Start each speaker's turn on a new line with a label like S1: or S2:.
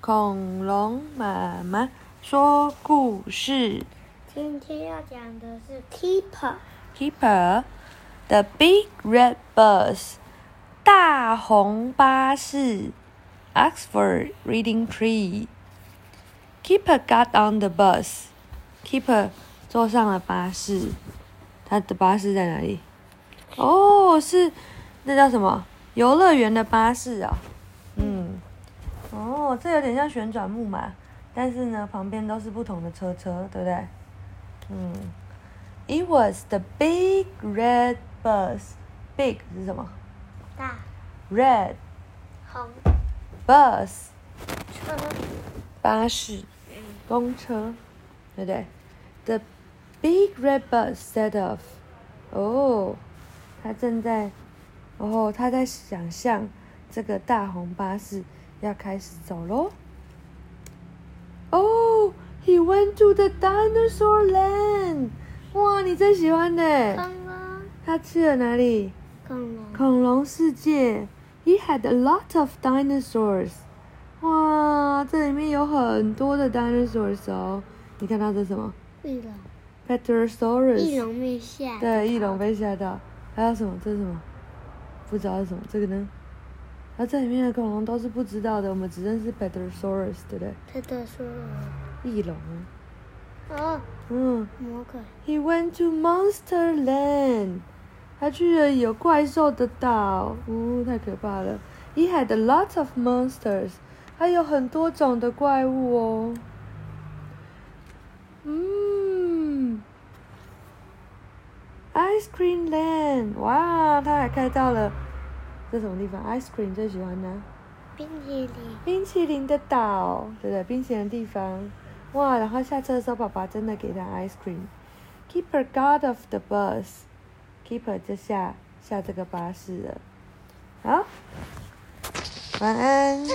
S1: 恐龙妈妈说故事。
S2: 今天要讲的是 keeper，
S1: Keeper, The Big Red Bus, 大红巴士, Oxford Reading Tree. Keeper got on the bus. Keeper 坐上了巴士。他的巴士在哪里？哦，是那叫什么游乐园的巴士啊、嗯，哦，这有点像旋转木马，但是呢，旁边都是不同的车车，对不对？嗯。It was the big red bus. Big 是什么
S2: 大
S1: ？Red
S2: 红
S1: bus
S2: 车，
S1: 巴士，公车，对不对？The big red bus set off. 哦，他正在，哦，他在想象这个大红巴士要开始走喽。哦，He went to the dinosaur land. 哇，你最喜欢的欸。
S2: 恐龙，
S1: 他去了哪里？
S2: 恐龙，
S1: 恐龙世界。He had a lot of dinosaurs。哇，这里面有很多的 dinosaurs 哦。你看到这是什么
S2: 翼龙，
S1: ？Petrosaurus。
S2: 翼龙灭下，
S1: 对，翼龙被吓到。还有什么？这是什么？不知道是什么。这个呢？啊，这里面的恐龙都是不知道的，我们只认识 Petrosaurus，对不对？
S2: 他的说，
S1: 翼龙啊。
S2: 哦，
S1: 嗯
S2: 魔鬼，
S1: ，He went to Monster Land。他去了有怪兽的岛，呜、太可怕了。He had a lot of monsters，还有很多种的怪物哦。嗯，Ice Cream Land，哇，他还开到了这什么地方？Ice Cream 最喜欢呢、
S2: 冰淇淋，
S1: 冰淇淋的岛，对不对？冰淇淋的地方，哇！然后下车的时候，爸爸真的给他 ice cream。Keeper got off the bus. Keeper 就下下这个巴士了。好，晚安。